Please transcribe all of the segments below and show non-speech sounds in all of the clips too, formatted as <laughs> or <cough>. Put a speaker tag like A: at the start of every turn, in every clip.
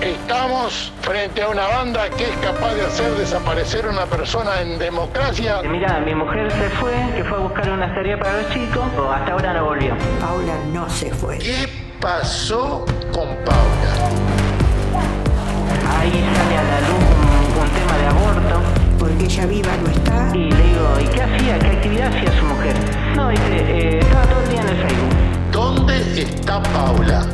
A: Estamos frente a una banda que es capaz de hacer desaparecer una persona en democracia.
B: Mira, mi mujer se fue, que fue a buscar una tarea para los chicos, o hasta ahora no volvió.
C: Paula no se fue.
A: ¿Qué pasó con Paula?
B: Ahí sale a la luz un, un tema de aborto.
C: Porque ella viva no está.
B: Y le digo, ¿y qué hacía? ¿Qué actividad hacía su mujer? No, dice, eh, estaba todo el día en el Facebook.
A: ¿Dónde está Paula?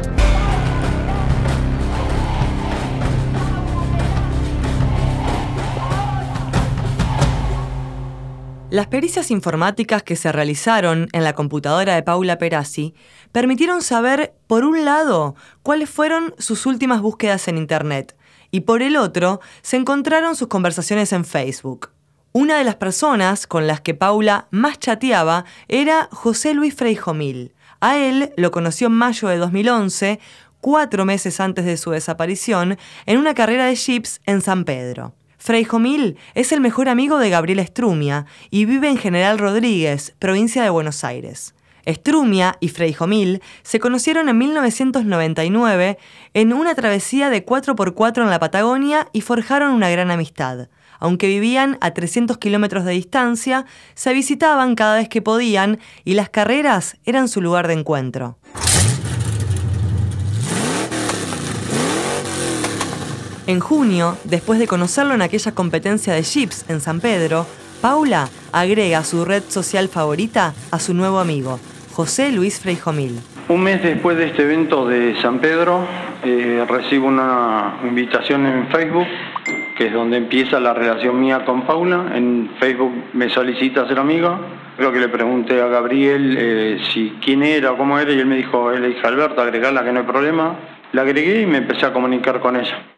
D: Las pericias informáticas que se realizaron en la computadora de Paula Perazzi permitieron saber, por un lado, cuáles fueron sus últimas búsquedas en Internet y por el otro, se encontraron sus conversaciones en Facebook. Una de las personas con las que Paula más chateaba era José Luis Freijomil. A él lo conoció en mayo de 2011, cuatro meses antes de su desaparición, en una carrera de jeeps en San Pedro. Freijomil es el mejor amigo de Gabriela Estrumia y vive en General Rodríguez, provincia de Buenos Aires. Estrumia y Freijomil se conocieron en 1999 en una travesía de 4x4 en la Patagonia y forjaron una gran amistad. Aunque vivían a 300 kilómetros de distancia, se visitaban cada vez que podían y las carreras eran su lugar de encuentro. En junio, después de conocerlo en aquella competencia de chips en San Pedro, Paula agrega su red social favorita a su nuevo amigo, José Luis Freijomil.
E: Un mes después de este evento de San Pedro, eh, recibo una invitación en Facebook, que es donde empieza la relación mía con Paula. En Facebook me solicita ser amiga. Creo que le pregunté a Gabriel eh, si quién era o cómo era, y él me dijo, él le dije Alberto, agregarla que no hay problema. La agregué y me empecé a comunicar con ella.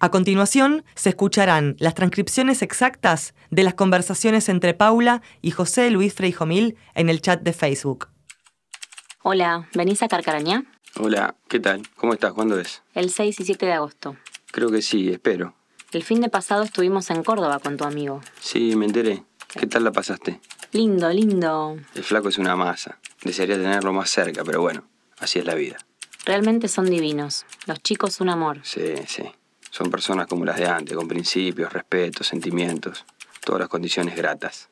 D: A continuación, se escucharán las transcripciones exactas de las conversaciones entre Paula y José Luis Freijomil en el chat de Facebook.
F: Hola, ¿venís a Carcarañá?
G: Hola, ¿qué tal? ¿Cómo estás? ¿Cuándo es?
F: El 6 y 7 de agosto.
G: Creo que sí, espero.
F: El fin de pasado estuvimos en Córdoba con tu amigo.
G: Sí, me enteré. ¿Qué tal la pasaste?
F: Lindo, lindo.
G: El flaco es una masa. Desearía tenerlo más cerca, pero bueno, así es la vida.
F: Realmente son divinos. Los chicos un amor.
G: Sí, sí. Son personas como las de antes, con principios, respetos, sentimientos, todas las condiciones gratas.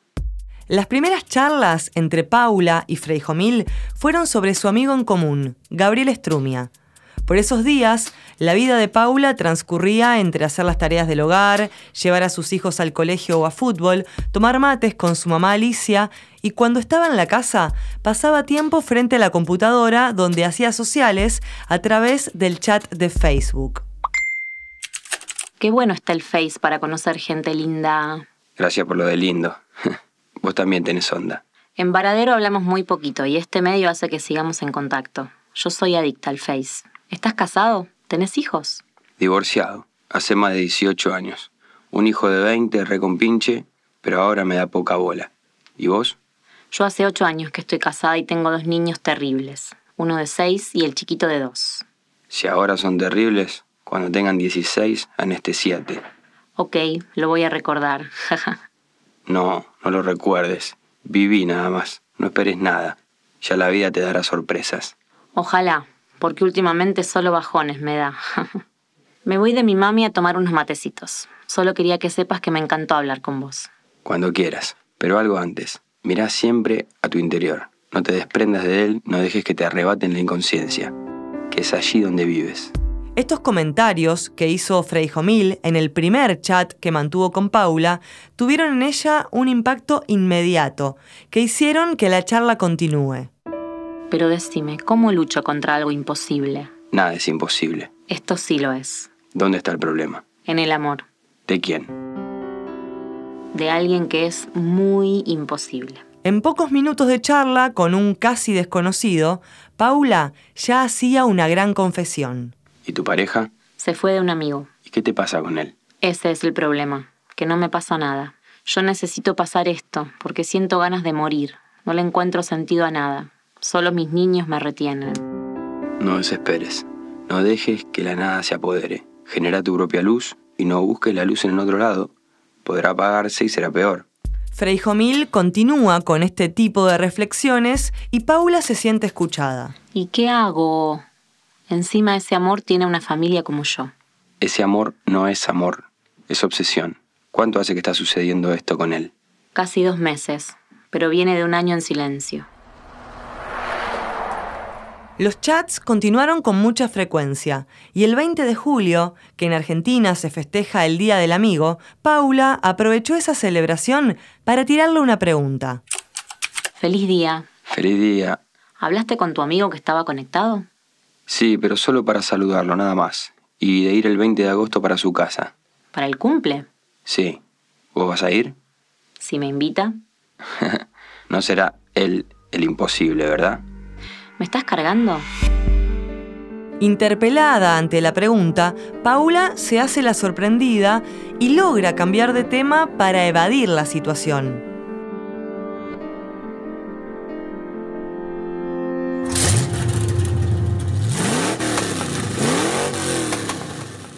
D: Las primeras charlas entre Paula y Freijomil fueron sobre su amigo en común, Gabriel Estrumia. Por esos días, la vida de Paula transcurría entre hacer las tareas del hogar, llevar a sus hijos al colegio o a fútbol, tomar mates con su mamá Alicia y cuando estaba en la casa, pasaba tiempo frente a la computadora donde hacía sociales a través del chat de Facebook.
F: Qué bueno está el Face para conocer gente linda.
G: Gracias por lo de lindo. <laughs> Vos también tenés onda.
F: En Varadero hablamos muy poquito y este medio hace que sigamos en contacto. Yo soy adicta al Face. ¿Estás casado? ¿Tenés hijos?
G: Divorciado. Hace más de 18 años. Un hijo de 20, recompinche, pero ahora me da poca bola. ¿Y vos?
F: Yo hace 8 años que estoy casada y tengo dos niños terribles. Uno de 6 y el chiquito de 2.
G: Si ahora son terribles, cuando tengan 16, anestesiate.
F: Ok, lo voy a recordar. <laughs>
G: no, no lo recuerdes. Viví nada más. No esperes nada. Ya la vida te dará sorpresas.
F: Ojalá, porque últimamente solo bajones me da. <laughs> me voy de mi mami a tomar unos matecitos. Solo quería que sepas que me encantó hablar con vos.
G: Cuando quieras, pero algo antes. Mirá siempre a tu interior. No te desprendas de él, no dejes que te arrebaten la inconsciencia, que es allí donde vives.
D: Estos comentarios que hizo Freijomil en el primer chat que mantuvo con Paula tuvieron en ella un impacto inmediato, que hicieron que la charla continúe.
F: Pero decime, ¿cómo lucho contra algo imposible?
G: Nada es imposible.
F: Esto sí lo es.
G: ¿Dónde está el problema?
F: En el amor.
G: ¿De quién?
F: De alguien que es muy imposible.
D: En pocos minutos de charla con un casi desconocido, Paula ya hacía una gran confesión.
G: ¿Y tu pareja?
F: Se fue de un amigo.
G: ¿Y qué te pasa con él?
F: Ese es el problema, que no me pasa nada. Yo necesito pasar esto, porque siento ganas de morir. No le encuentro sentido a nada. Solo mis niños me retienen.
G: No desesperes. No dejes que la nada se apodere. Genera tu propia luz y no busques la luz en el otro lado. Podrá apagarse y será peor.
D: Freijomil continúa con este tipo de reflexiones y Paula se siente escuchada.
F: ¿Y qué hago? Encima ese amor tiene una familia como yo.
G: Ese amor no es amor, es obsesión. ¿Cuánto hace que está sucediendo esto con él?
F: Casi dos meses, pero viene de un año en silencio.
D: Los chats continuaron con mucha frecuencia y el 20 de julio, que en Argentina se festeja el Día del Amigo, Paula aprovechó esa celebración para tirarle una pregunta.
F: Feliz día.
G: Feliz día.
F: ¿Hablaste con tu amigo que estaba conectado?
G: Sí, pero solo para saludarlo, nada más. Y de ir el 20 de agosto para su casa.
F: ¿Para el cumple?
G: Sí. ¿Vos vas a ir?
F: Si me invita.
G: No será él el imposible, ¿verdad?
F: ¿Me estás cargando?
D: Interpelada ante la pregunta, Paula se hace la sorprendida y logra cambiar de tema para evadir la situación.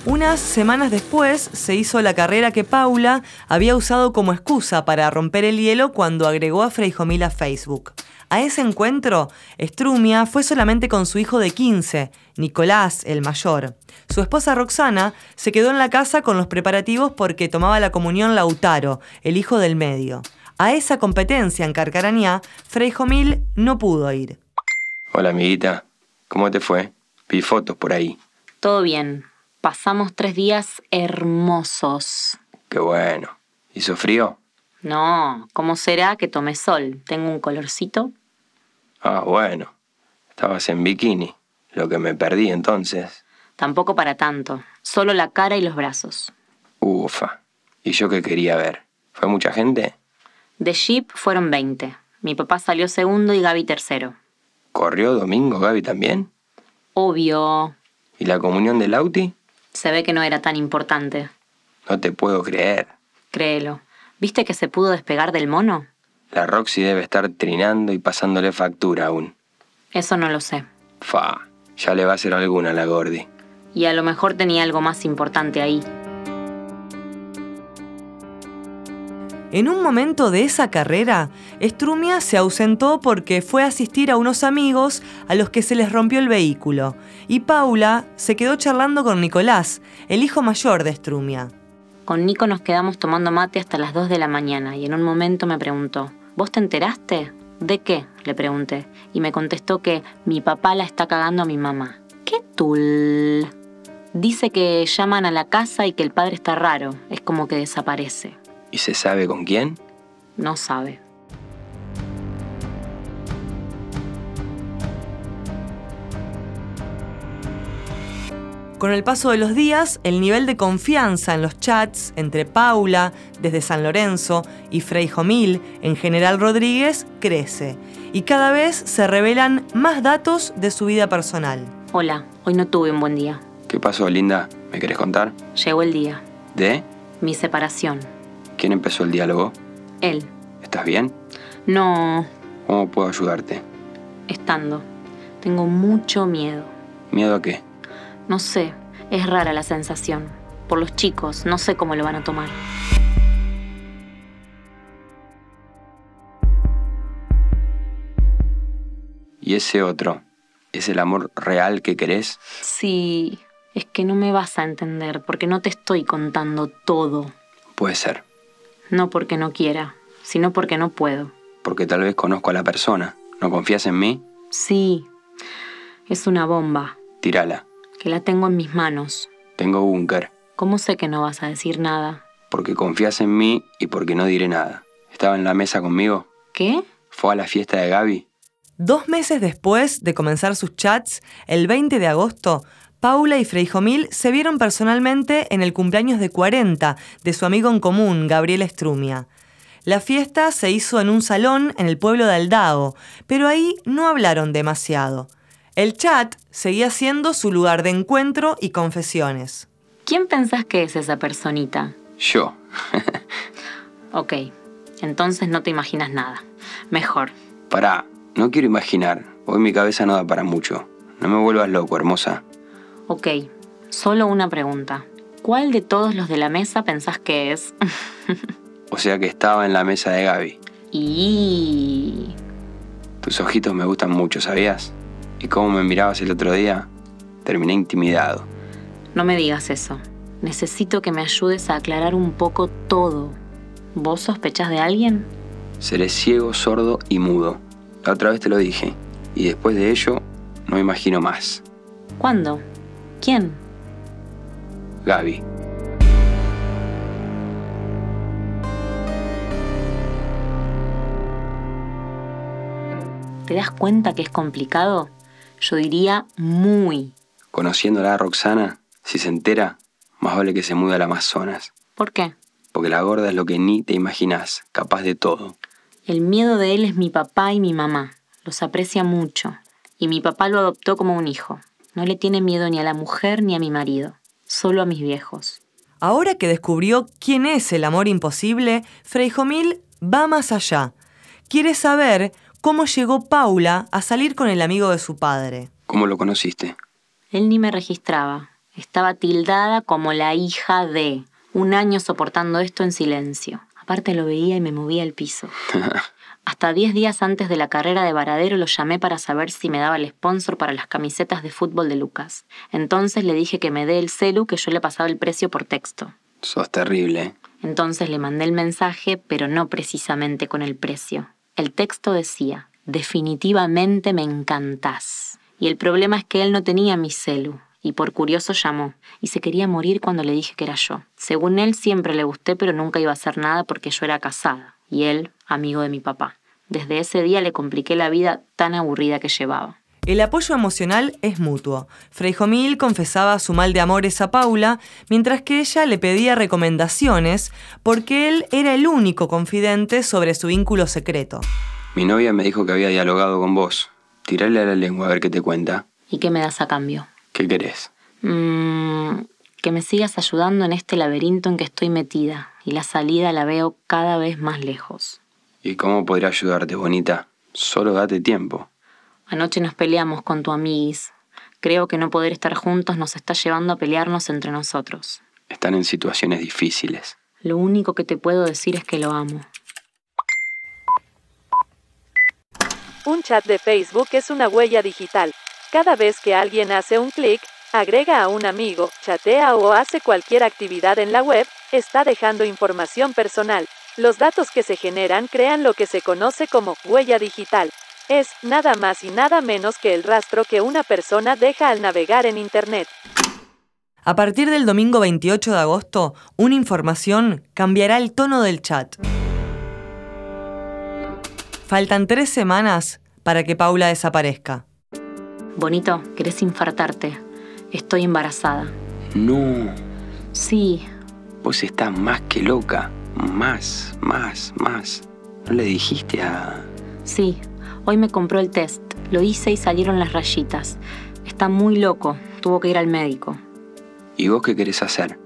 D: Unas semanas después se hizo la carrera que Paula había usado como excusa para romper el hielo cuando agregó a Freijomil a Facebook. A ese encuentro, Strumia fue solamente con su hijo de 15, Nicolás, el mayor. Su esposa Roxana se quedó en la casa con los preparativos porque tomaba la comunión Lautaro, el hijo del medio. A esa competencia en Carcarañá, Freijomil no pudo ir.
G: Hola, amiguita. ¿Cómo te fue? Vi fotos por ahí.
F: Todo bien. Pasamos tres días hermosos.
G: Qué bueno. ¿Hizo frío?
F: No, ¿cómo será que tomé sol? Tengo un colorcito.
G: Ah, bueno. Estabas en bikini. Lo que me perdí entonces.
F: Tampoco para tanto. Solo la cara y los brazos.
G: Ufa. ¿Y yo qué quería ver? ¿Fue mucha gente?
F: De Jeep fueron 20. Mi papá salió segundo y Gaby tercero.
G: ¿Corrió domingo Gaby también?
F: Obvio.
G: ¿Y la comunión del Lauti?
F: Se ve que no era tan importante.
G: No te puedo creer.
F: Créelo. ¿Viste que se pudo despegar del mono?
G: La Roxy debe estar trinando y pasándole factura aún.
F: Eso no lo sé.
G: Fa, ya le va a hacer alguna a la Gordi.
F: Y a lo mejor tenía algo más importante ahí.
D: En un momento de esa carrera, Strumia se ausentó porque fue a asistir a unos amigos a los que se les rompió el vehículo, y Paula se quedó charlando con Nicolás, el hijo mayor de Strumia.
F: Con Nico nos quedamos tomando mate hasta las 2 de la mañana y en un momento me preguntó, ¿vos te enteraste? ¿De qué? le pregunté y me contestó que mi papá la está cagando a mi mamá. ¿Qué tul? Dice que llaman a la casa y que el padre está raro, es como que desaparece.
G: ¿Y se sabe con quién?
F: No sabe.
D: Con el paso de los días, el nivel de confianza en los chats entre Paula, desde San Lorenzo, y Freijomil, en General Rodríguez, crece. Y cada vez se revelan más datos de su vida personal.
F: Hola, hoy no tuve un buen día.
G: ¿Qué pasó, Linda? ¿Me querés contar?
F: Llegó el día,
G: ¿De?
F: mi separación.
G: ¿Quién empezó el diálogo?
F: Él.
G: ¿Estás bien?
F: No,
G: ¿Cómo puedo ayudarte?
F: estando. Tengo mucho miedo.
G: ¿Miedo a qué?
F: No sé, es rara la sensación. Por los chicos, no sé cómo lo van a tomar.
G: ¿Y ese otro? ¿Es el amor real que querés?
F: Sí, es que no me vas a entender porque no te estoy contando todo.
G: Puede ser,
F: No porque no quiera, sino porque no puedo.
G: porque tal vez conozco a la persona. ¿No confías en mí?
F: Sí, es una bomba
G: Tírala.
F: que la tengo en mis manos.
G: Tengo búnker,
F: ¿Cómo sé que no vas a decir nada?
G: porque confías en mí y porque no diré nada. ¿Estaba en la mesa conmigo?
F: ¿Qué?
G: ¿Fue a la fiesta de Gaby?
D: Dos meses después de comenzar sus chats, el 20 de agosto, Paula y Freijomil se vieron personalmente en el cumpleaños de 40 de su amigo en común, Gabriel Strumia. La fiesta se hizo en un salón en el pueblo de Aldao, pero ahí no hablaron demasiado. El chat seguía siendo su lugar de encuentro y confesiones.
F: ¿Quién pensás que es esa personita?
G: Yo.
F: Ok, entonces no te imaginas nada. Mejor.
G: Pará, no quiero imaginar. Hoy mi cabeza no da para mucho. No me vuelvas loco, hermosa.
F: Ok, solo una pregunta. ¿Cuál de todos los de la mesa pensás que es? <laughs>
G: O sea que estaba en la mesa de Gaby.
F: y...
G: Tus ojitos me gustan mucho, ¿sabías? Y cómo me mirabas el otro día. Terminé intimidado.
F: No me digas eso. Necesito que me ayudes a aclarar un poco todo. ¿Vos sospechás de alguien?
G: Seré ciego, sordo y mudo. La otra vez te lo dije. Y después de ello, no me imagino más.
F: ¿Cuándo? ¿Quién?
G: Gaby.
F: ¿Te das cuenta que es complicado? Yo diría muy.
G: Conociéndola a Roxana, si se entera, más vale que se mude al Amazonas.
F: ¿Por qué?
G: Porque la gorda es lo que ni te imaginas, capaz de todo.
F: El miedo de él es mi papá y mi mamá. Los aprecia mucho. Y mi papá lo adoptó como un hijo. No le tiene miedo ni a la mujer ni a mi marido. Solo a mis viejos.
D: Ahora que descubrió quién es el amor imposible, Freijomil va más allá. Quiere saber cómo llegó Paula a salir con el amigo de su padre.
G: ¿Cómo lo conociste? <laughs>
F: Él ni me registraba. Estaba tildada como la hija de. Un año soportando esto en silencio. Aparte lo veía y me movía el piso. Hasta 10 días antes de la carrera de Varadero lo llamé para saber si me daba el sponsor para las camisetas de fútbol de Lucas. Entonces le dije que me dé el celu que yo le pasaba el precio por texto.
G: Sos terrible. ¿eh?
F: Entonces le mandé el mensaje, pero no precisamente con el precio. El texto decía, definitivamente me encantás. Y el problema es que él no tenía mi celu, y por curioso llamó, y se quería morir cuando le dije que era yo. Según él siempre le gusté, pero nunca iba a hacer nada porque yo era casada, y él, amigo de mi papá. Desde ese día le compliqué la vida tan aburrida que llevaba.
D: El apoyo emocional es mutuo. Freijomil confesaba su mal de amores a Paula, mientras que ella le pedía recomendaciones porque él era el único confidente sobre su vínculo secreto.
G: Mi novia me dijo que había dialogado con vos. Tirale a la lengua a ver qué te cuenta.
F: ¿Y qué me das a cambio?
G: ¿Qué querés?
F: Mm, que me sigas ayudando en este laberinto en que estoy metida, y la salida la veo cada vez más lejos.
G: ¿Y cómo podría ayudarte, bonita? Solo date tiempo.
F: Anoche nos peleamos con tu amiguis. Creo que no poder estar juntos nos está llevando a pelearnos entre nosotros.
G: Están en situaciones difíciles.
F: Lo único que te puedo decir es que lo amo.
H: Un chat de Facebook es una huella digital. Cada vez que alguien hace un clic, agrega a un amigo, chatea o hace cualquier actividad en la web, está dejando información personal. Los datos que se generan crean lo que se conoce como huella digital. Es nada más y nada menos que el rastro que una persona deja al navegar en Internet.
D: A partir del domingo 28 de agosto, una información cambiará el tono del chat. Faltan tres semanas para que Paula desaparezca.
F: Bonito, querés infartarte. Estoy embarazada.
G: No,
F: Sí,
G: vos estás más que loca. Más, más, más. ¿No le dijiste a...
F: sí. Hoy me compró el test. Lo hice y salieron las rayitas. Está muy loco. Tuvo que ir al médico.
G: ¿Y vos qué querés hacer?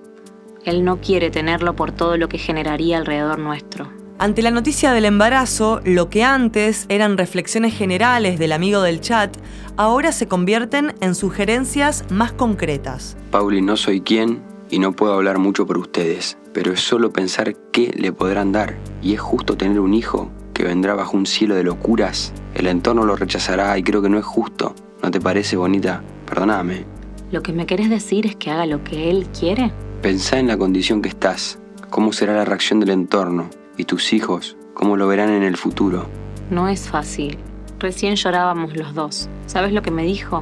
F: Él no quiere tenerlo por todo lo que generaría alrededor nuestro.
D: Ante la noticia del embarazo, lo que antes eran reflexiones generales del amigo del chat, ahora se convierten en sugerencias más concretas.
G: Pauli, no soy quien y no puedo hablar mucho por ustedes, pero es solo pensar qué le podrán dar. Y es justo tener un hijo que vendrá bajo un cielo de locuras. El entorno lo rechazará y creo que no es justo. ¿No te parece bonita? Perdóname.
F: ¿Lo que me querés decir es que haga lo que él quiere?
G: Pensá en la condición que estás, cómo será la reacción del entorno y tus hijos, cómo lo verán en el futuro.
F: No es fácil. Recién llorábamos los dos. ¿Sabes lo que me dijo?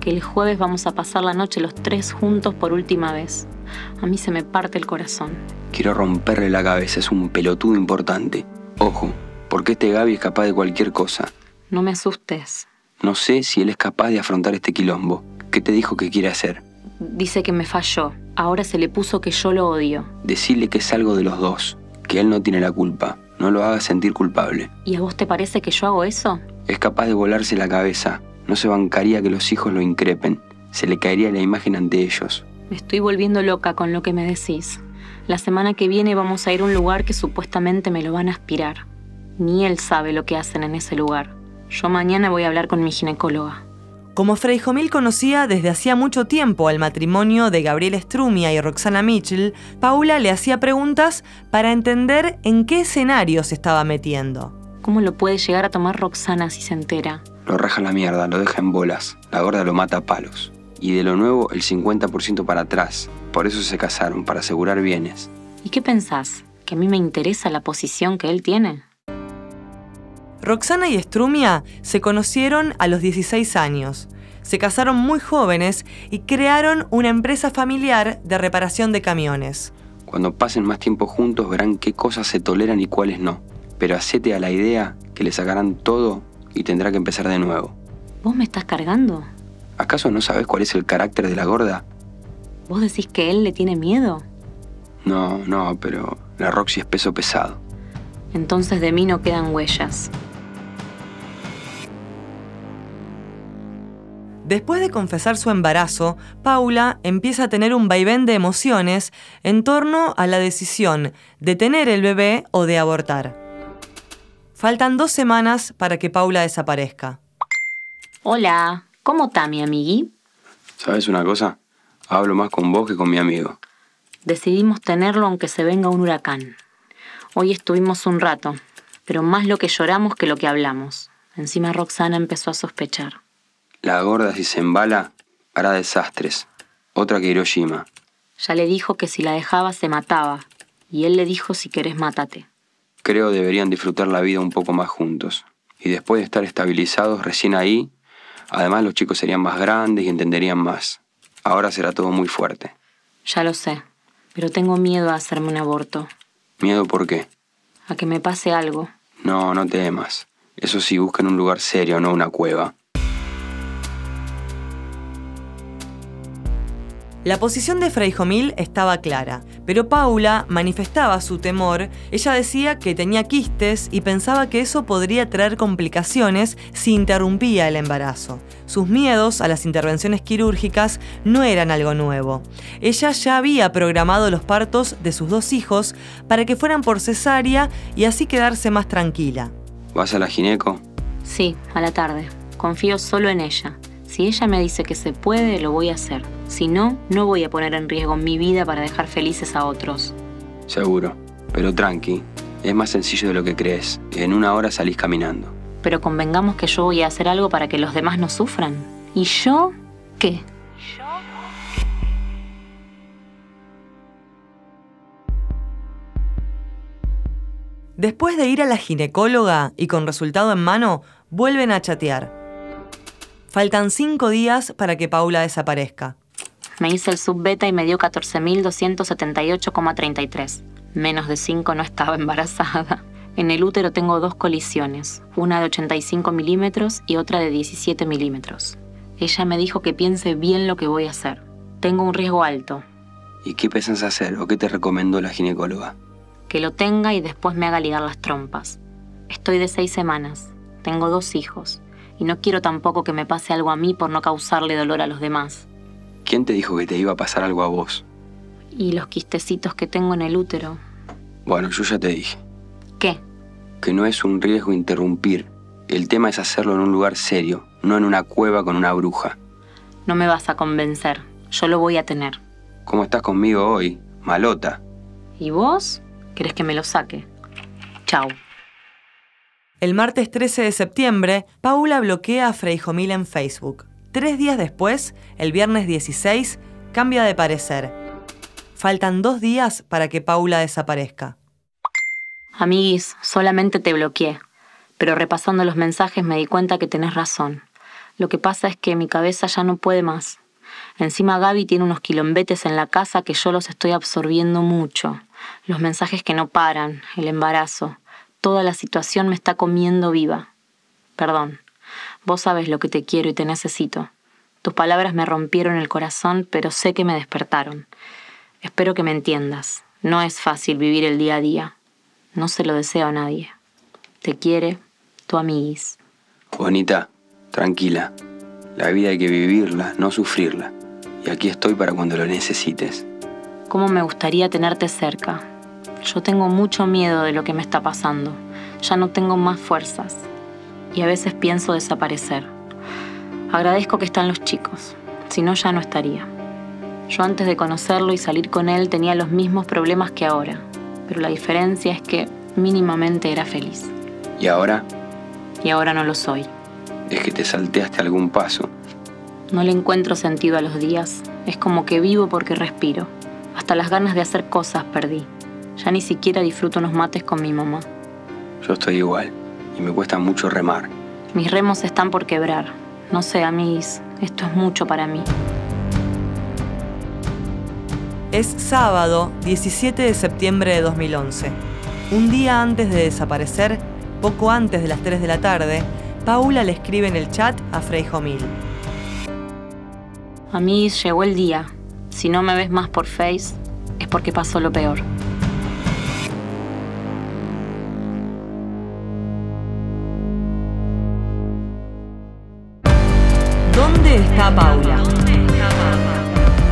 F: Que el jueves vamos a pasar la noche los tres juntos por última vez. A mí se me parte el corazón.
G: Quiero romperle la cabeza, es un pelotudo importante. Ojo, porque este Gaby es capaz de cualquier cosa.
F: No me asustes.
G: No sé si él es capaz de afrontar este quilombo. ¿Qué te dijo que quiere hacer?
F: Dice que me falló. Ahora se le puso que yo lo odio.
G: Decirle que es algo de los dos, que él no tiene la culpa. No lo hagas sentir culpable.
F: ¿Y a vos te parece que yo hago eso?
G: Es capaz de volarse la cabeza. No se bancaría que los hijos lo increpen. Se le caería la imagen ante ellos.
F: Me estoy volviendo loca con lo que me decís. La semana que viene vamos a ir a un lugar que supuestamente me lo van a aspirar. Ni él sabe lo que hacen en ese lugar. Yo mañana voy a hablar con mi ginecóloga.
D: Como Freijomil conocía desde hacía mucho tiempo al matrimonio de Gabriel Strumia y Roxana Mitchell, Paula le hacía preguntas para entender en qué escenario se estaba metiendo.
F: ¿Cómo lo puede llegar a tomar Roxana si se entera?
G: Lo raja a la mierda, lo deja en bolas. La gorda lo mata a palos. y de lo nuevo el 50% para atrás. Por eso se casaron, para asegurar bienes.
F: ¿Y qué pensás? ¿Que a mí me interesa la posición que él tiene?
D: Roxana y Strumia se conocieron a los 16 años. Se casaron muy jóvenes y crearon una empresa familiar de reparación de camiones.
G: Cuando pasen más tiempo juntos verán qué cosas se toleran y cuáles no. Pero hacete a la idea que le sacarán todo y tendrá que empezar de nuevo.
F: ¿Vos me estás cargando?
G: ¿Acaso no sabes cuál es el carácter de la gorda?
F: ¿Vos decís que él le tiene miedo?
G: No, no, pero la Roxy es peso pesado.
F: Entonces de mí no quedan huellas.
D: Después de confesar su embarazo, Paula empieza a tener un vaivén de emociones en torno a la decisión de tener el bebé o de abortar. Faltan dos semanas para que Paula desaparezca.
F: Hola, ¿cómo está mi amigui?
G: ¿Sabes una cosa? Hablo más con vos que con mi amigo.
F: Decidimos tenerlo aunque se venga un huracán. Hoy estuvimos un rato, pero más lo que lloramos que lo que hablamos. Encima Roxana empezó a sospechar.
G: La gorda si se embala hará desastres. Otra que Hiroshima.
F: Ya le dijo que si la dejaba se mataba, y él le dijo si querés mátate.
G: Creo deberían disfrutar la vida un poco más juntos. Y después de estar estabilizados recién ahí, además los chicos serían más grandes y entenderían más. Ahora será todo muy fuerte.
F: Ya lo sé, pero tengo miedo a hacerme un aborto,
G: ¿Miedo por qué?
F: a que me pase algo.
G: No, no temas. Eso sí, busquen un lugar serio, no una cueva.
D: La posición de Freijomil estaba clara, pero Paula manifestaba su temor. Ella decía que tenía quistes y pensaba que eso podría traer complicaciones si interrumpía el embarazo. Sus miedos a las intervenciones quirúrgicas no eran algo nuevo. Ella ya había programado los partos de sus dos hijos para que fueran por cesárea y así quedarse más tranquila.
G: ¿Vas a la gineco?
F: Sí, a la tarde. Confío solo en ella. Si ella me dice que se puede, lo voy a hacer. Si no, no voy a poner en riesgo mi vida para dejar felices a otros.
G: Seguro. Pero tranqui. Es más sencillo de lo que crees. En una hora salís caminando.
F: Pero convengamos que yo voy a hacer algo para que los demás no sufran. ¿Y yo qué?
D: Después de ir a la ginecóloga y con resultado en mano, vuelven a chatear. Faltan cinco días para que Paula desaparezca.
F: Me hice el subbeta y me dio 14.278,33. Menos de 5 no estaba <laughs> embarazada. En el útero tengo dos colisiones, una de 85 milímetros y otra de 17 milímetros. Ella me dijo que piense bien lo que voy a hacer. Tengo un riesgo alto,
G: ¿Y qué pensás hacer o qué te recomendó la ginecóloga?
F: que lo tenga y después me haga ligar las trompas. Estoy de seis semanas, tengo dos hijos, y no quiero tampoco que me pase algo a mí por no causarle dolor a los demás.
G: ¿Quién te dijo que te iba a pasar algo a vos?
F: Y los quistecitos que tengo en el útero.
G: Bueno, yo ya te dije.
F: ¿Qué?
G: que no es un riesgo interrumpir. El tema es hacerlo en un lugar serio, no en una cueva con una bruja.
F: No me vas a convencer, yo lo voy a tener.
G: ¿Cómo estás conmigo hoy, malota?
F: ¿Y vos? ¿Querés que me lo saque? Chau.
D: El martes 13 de septiembre, Paula bloquea a Freijomil en Facebook. Tres días después, el viernes 16, cambia de parecer. Faltan dos días para que Paula desaparezca.
F: Amiguis, solamente te bloqueé. Pero repasando los mensajes me di cuenta que tenés razón. Lo que pasa es que mi cabeza ya no puede más. Encima Gaby tiene unos quilombetes en la casa que yo los estoy absorbiendo mucho. Los mensajes que no paran, el embarazo. Toda la situación me está comiendo viva. Perdón. Vos sabes lo que te quiero y te necesito. Tus palabras me rompieron el corazón, pero sé que me despertaron. Espero que me entiendas. No es fácil vivir el día a día. No se lo deseo a nadie. Te quiere tu amiguis.
G: Bonita, tranquila. La vida hay que vivirla, no sufrirla. Y aquí estoy para cuando lo necesites.
F: Cómo me gustaría tenerte cerca. Yo tengo mucho miedo de lo que me está pasando. Ya no tengo más fuerzas. Y a veces pienso desaparecer. Agradezco que están los chicos. Si no, ya no estaría. Yo antes de conocerlo y salir con él tenía los mismos problemas que ahora. Pero la diferencia es que mínimamente era feliz.
G: Y ahora
F: Y ahora no lo soy.
G: es que te salteaste algún paso.
F: No le encuentro sentido a los días. Es como que vivo porque respiro. Hasta las ganas de hacer cosas perdí. Ya ni siquiera disfruto unos mates con mi mamá.
G: Yo estoy igual y me cuesta mucho remar.
F: Mis remos están por quebrar. No sé, amiguis, esto es mucho para mí.
D: Es sábado 17 de septiembre de 2011. Un día antes de desaparecer, poco antes de las 3 de la tarde, Paula le escribe en el chat a Freijo Mil.
F: Amiguis, llegó el día. Si no me ves más por Face, es porque pasó lo peor.
D: ¿Dónde está Paula?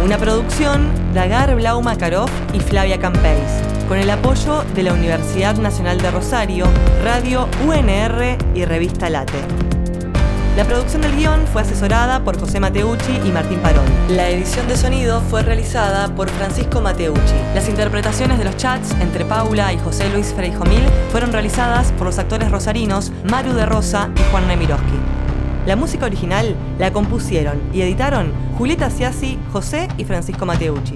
D: Una producción de Agar Blau Makarov y Flavia Campells, con el apoyo de la Universidad Nacional de Rosario, Radio UNR y Revista Late. La producción del guión fue asesorada por José Mateucci y Martín Parón. La edición de sonido fue realizada por Francisco Mateucci. Las interpretaciones de los chats entre Paula y José Luis Freijomil fueron realizadas por los actores rosarinos Maru de Rosa y Juan Nemiroski. La música original la compusieron y editaron Julieta Siasi, José y Francisco Mateucci.